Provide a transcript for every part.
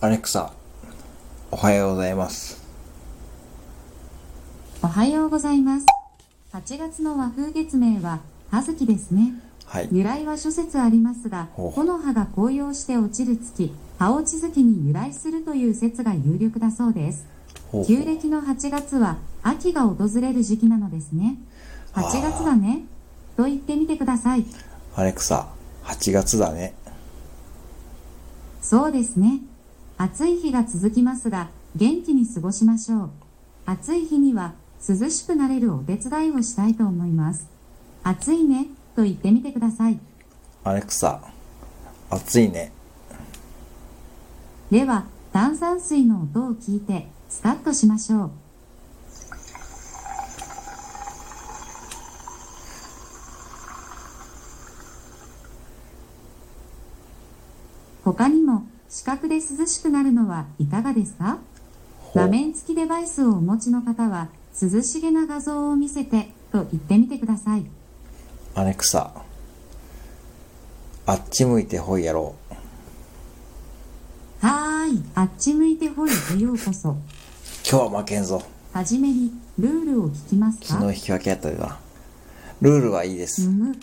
アレクサ、おはようございます。おはようございます。8月の和風月名は、葉月ですね。はい。由来は諸説ありますが、ほう木の葉が紅葉して落ちる月、葉落ち月に由来するという説が有力だそうです。ほうほ旧う暦の8月は、秋が訪れる時期なのですね。8月だね。と言ってみてください。アレクサ、8月だね。そうですね。暑い日が続きますが、元気に過ごしましょう。暑い日には、涼しくなれるお手伝いをしたいと思います。暑いね、と言ってみてください。アレクサ、暑いね。では、炭酸水の音を聞いて、スカッとしましょう。他にも、視覚で涼しくなるのはいかがですかほう画面付きデバイスをお持ちの方は、涼しげな画像を見せてと言ってみてください。アレクサ、あっち向いてほいやろう。はーい、あっち向いてほいへようこそ。今日は負けんぞ。はじめに、ルールを聞きますか昨日引き分けやったでな。ルールはいいでうす。む。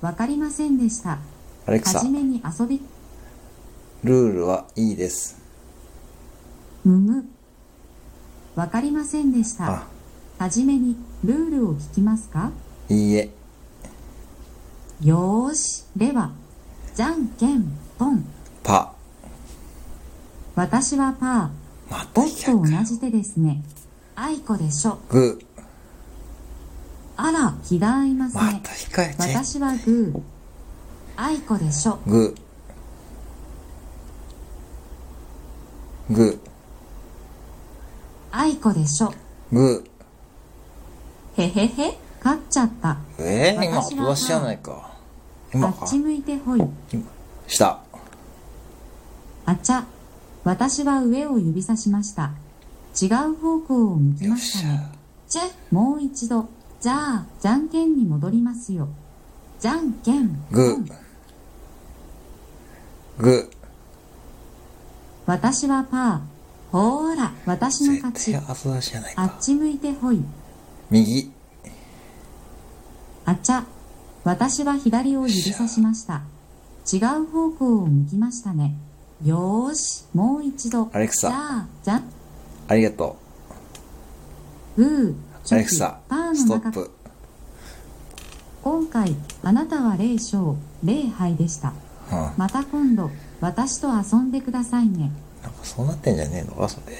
わかりませんでした。アレクはサじ、めに遊び、ルールはいいです。うむ。わかりませんでした。あ、はじめに、ルールを聞きますかいいえ。よーし。では、じゃんけん、ポン。パ。私はパー。また僕100と同回。じ手ですね。あいこでしょ。グー。あら、気が合いますまね。た控えて。私はグー。あいこでしょ。グー。グあいこでしょ。ー。グー。へへへ。勝っちゃった。えー、今、私は後出しじゃないか。あ今かっ。ち向いてほい。下。あちゃ。私は上を指さしました。違う方向を向きよっまししたね。ゃ。チェもう一度。じゃあ、じゃんけんに戻りますよ。じゃんけん。グー。グ私はパー。ほーら、ー。私の勝絶ち対。後出しじゃないあっか。ち向いてほい。右。あちゃ、私は左を指さしました。違う方向を向きましたね。よーし、もう一度。アレクサじゃあ、じゃん、ありがとグー、う。アレクサパ、ーストのッ中、プ。今回、あなたは0勝、0敗でした。うん。なんまた今度、私と遊んでくださいね。かそうなってんじゃねえのか、それ。